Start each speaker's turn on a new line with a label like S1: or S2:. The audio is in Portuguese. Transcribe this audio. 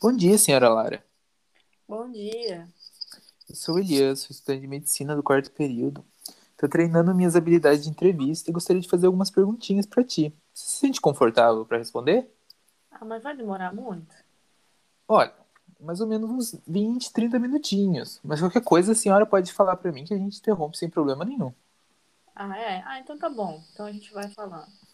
S1: Bom dia, senhora Lara.
S2: Bom dia.
S1: Eu sou o Elias, sou estudante de medicina do quarto período. Estou treinando minhas habilidades de entrevista e gostaria de fazer algumas perguntinhas para ti. Você se sente confortável para responder?
S2: Ah, mas vai demorar muito?
S1: Olha, mais ou menos uns 20, 30 minutinhos. Mas qualquer coisa a senhora pode falar para mim que a gente interrompe sem problema nenhum.
S2: Ah, é? Ah, então tá bom. Então a gente vai falando.